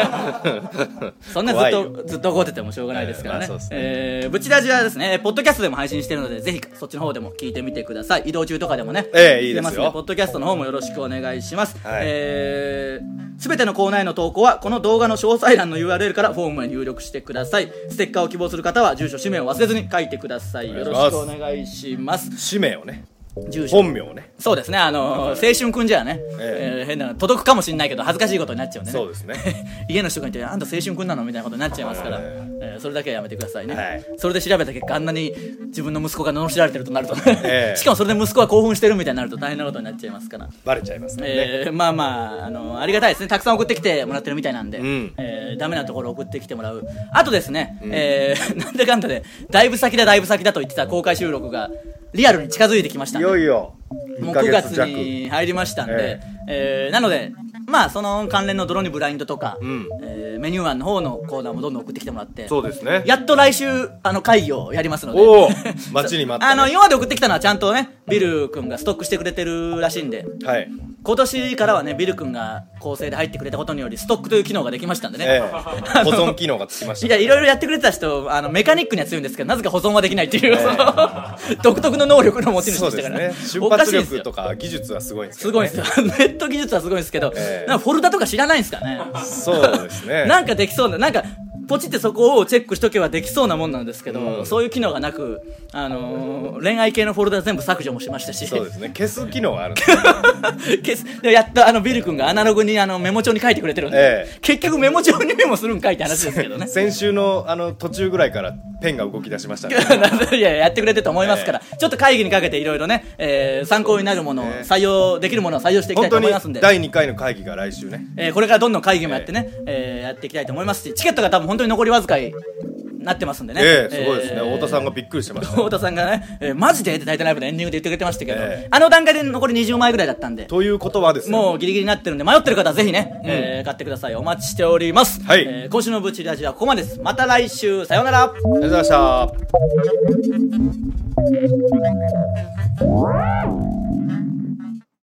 [SPEAKER 1] そんなずっ
[SPEAKER 2] 怖い
[SPEAKER 1] とずっと怒っててもしょうがないですからね,、
[SPEAKER 2] えーまあそうですね
[SPEAKER 1] えーブチラジはですねポッドキャストでも配信してるのでぜひそっちの方でも聞いてみてください移動中とかでもね、
[SPEAKER 2] ええいいですよ
[SPEAKER 1] 聞けまのポッドキャストの方もよろしくお願いします、
[SPEAKER 2] はい
[SPEAKER 1] えー、すべてのコーナーへの投稿はこの動画の詳細欄の URL からフォームへ入力してくださいステッカーを希望する方は住所氏名を忘れずに書いてください
[SPEAKER 2] 願い
[SPEAKER 1] よ
[SPEAKER 2] し
[SPEAKER 1] ろ
[SPEAKER 2] ます
[SPEAKER 1] しくお願いします
[SPEAKER 2] 氏名をね
[SPEAKER 1] 住所
[SPEAKER 2] 本名をね
[SPEAKER 1] そうですねあのー青春くんじゃね、
[SPEAKER 2] え
[SPEAKER 1] えー変な届くかもしれないけど恥ずかしいことになっちゃうんでね
[SPEAKER 2] そうですね
[SPEAKER 1] 家の人が言って「あんた青春くんなの?」みたいなことになっちゃいますから、
[SPEAKER 2] え
[SPEAKER 1] えーそれだけはやめてくださいね、
[SPEAKER 2] はい
[SPEAKER 1] それで調べた結果あんなに自分の息子が罵られてるとなるとね、
[SPEAKER 2] ええ
[SPEAKER 1] しかもそれで息子が興奮してるみたいになると大変なことになっちゃいますから
[SPEAKER 2] バレちゃいますね、
[SPEAKER 1] えーまあまあ、あのありがたいですねたくさん送ってきてもらってるみたいなんで、
[SPEAKER 2] うん
[SPEAKER 1] えーダメなところ送ってきてもらうあとですね、えー なんだかんだでだいぶ先だだいぶ先だと言ってた公開収録がリアルに近づいてきました
[SPEAKER 2] い
[SPEAKER 1] んで
[SPEAKER 2] よいよ
[SPEAKER 1] もう
[SPEAKER 2] 2ヶ
[SPEAKER 1] 9
[SPEAKER 2] 月
[SPEAKER 1] 月
[SPEAKER 2] 弱
[SPEAKER 1] に入りましたんで、
[SPEAKER 2] え
[SPEAKER 1] えーなのでまあその関連の「泥にブラインド」とか、
[SPEAKER 2] ん
[SPEAKER 1] えーメニュー案の方のコーナーもどんどん送ってきてもらって
[SPEAKER 2] そうですね
[SPEAKER 1] やっと来週あの会議をやりますので
[SPEAKER 2] おお 待ちに待ったね
[SPEAKER 1] あの今まで送ってきたのはちゃんとねビル君がストックしてくれてるらしいんで
[SPEAKER 2] はい
[SPEAKER 1] 今年からはねビル君が構成で入ってくれたことによりストックという機能ができましたんでね、
[SPEAKER 2] ええ保存機能がつきまし
[SPEAKER 1] い
[SPEAKER 2] た
[SPEAKER 1] やいろいろやってくれてた人あのメカニックには強いんですけどなぜか保存はできないっていう、その独特の能力の持ち主
[SPEAKER 2] そ
[SPEAKER 1] で
[SPEAKER 2] う
[SPEAKER 1] し
[SPEAKER 2] で
[SPEAKER 1] たか
[SPEAKER 2] す
[SPEAKER 1] ら
[SPEAKER 2] ね瞬
[SPEAKER 1] おかし
[SPEAKER 2] 発
[SPEAKER 1] いです
[SPEAKER 2] 力
[SPEAKER 1] よ
[SPEAKER 2] とか技術はすごいんですけ
[SPEAKER 1] す
[SPEAKER 2] ど
[SPEAKER 1] ごい
[SPEAKER 2] ね
[SPEAKER 1] ですよ ネット技術はすごいですけど、
[SPEAKER 2] ええ
[SPEAKER 1] なんかフォルダとか知らないんですかね
[SPEAKER 2] そうですね
[SPEAKER 1] なんかできそうな、なんか、ポチってそこをチェックしとけばできそうなもんなんですけど、
[SPEAKER 2] うん
[SPEAKER 1] そういう機能がなく、あのー恋愛系のフォルダ全部削除もしましたし、
[SPEAKER 2] そうですね消す機能はあるんです ね
[SPEAKER 1] 消すでやっとあのビル君がアナログにあのメモ帳に書いてくれてるんで、
[SPEAKER 2] ええ
[SPEAKER 1] 結局メモ帳にメモするんかいって話ですけどね。
[SPEAKER 2] 先週のあの途中ぐらいからペンが動き出し ましたね
[SPEAKER 1] いややってくれてると思いますから、 ちょっと会議にかけていろいろね、えー参考になるものを採用できるものを採用していきた
[SPEAKER 2] 本
[SPEAKER 1] いと
[SPEAKER 2] 当
[SPEAKER 1] 思
[SPEAKER 2] に
[SPEAKER 1] いますんで
[SPEAKER 2] 第2回の会議が来週ね
[SPEAKER 1] えーこれからどんどん会議もやってね、えーやっていきたいと思いますしチケットが多分本当に残りわずかになってますんでね
[SPEAKER 2] ええすごいですね
[SPEAKER 1] えー
[SPEAKER 2] 太田さんがびっくりしてました
[SPEAKER 1] 太田さんがね、えーマジでって「タイタンライブ」のエンディングで言ってくれてましたけど、
[SPEAKER 2] ええ
[SPEAKER 1] あの段階で残り20枚ぐらいだったんで
[SPEAKER 2] ということはですね
[SPEAKER 1] もうギリギリになってるんで迷ってる方はぜひね、えー買ってくださいお待ちしております、
[SPEAKER 2] はい
[SPEAKER 1] えー今週の「ブチラジ」はここまでですまた来週さようなら
[SPEAKER 2] ありがとうございました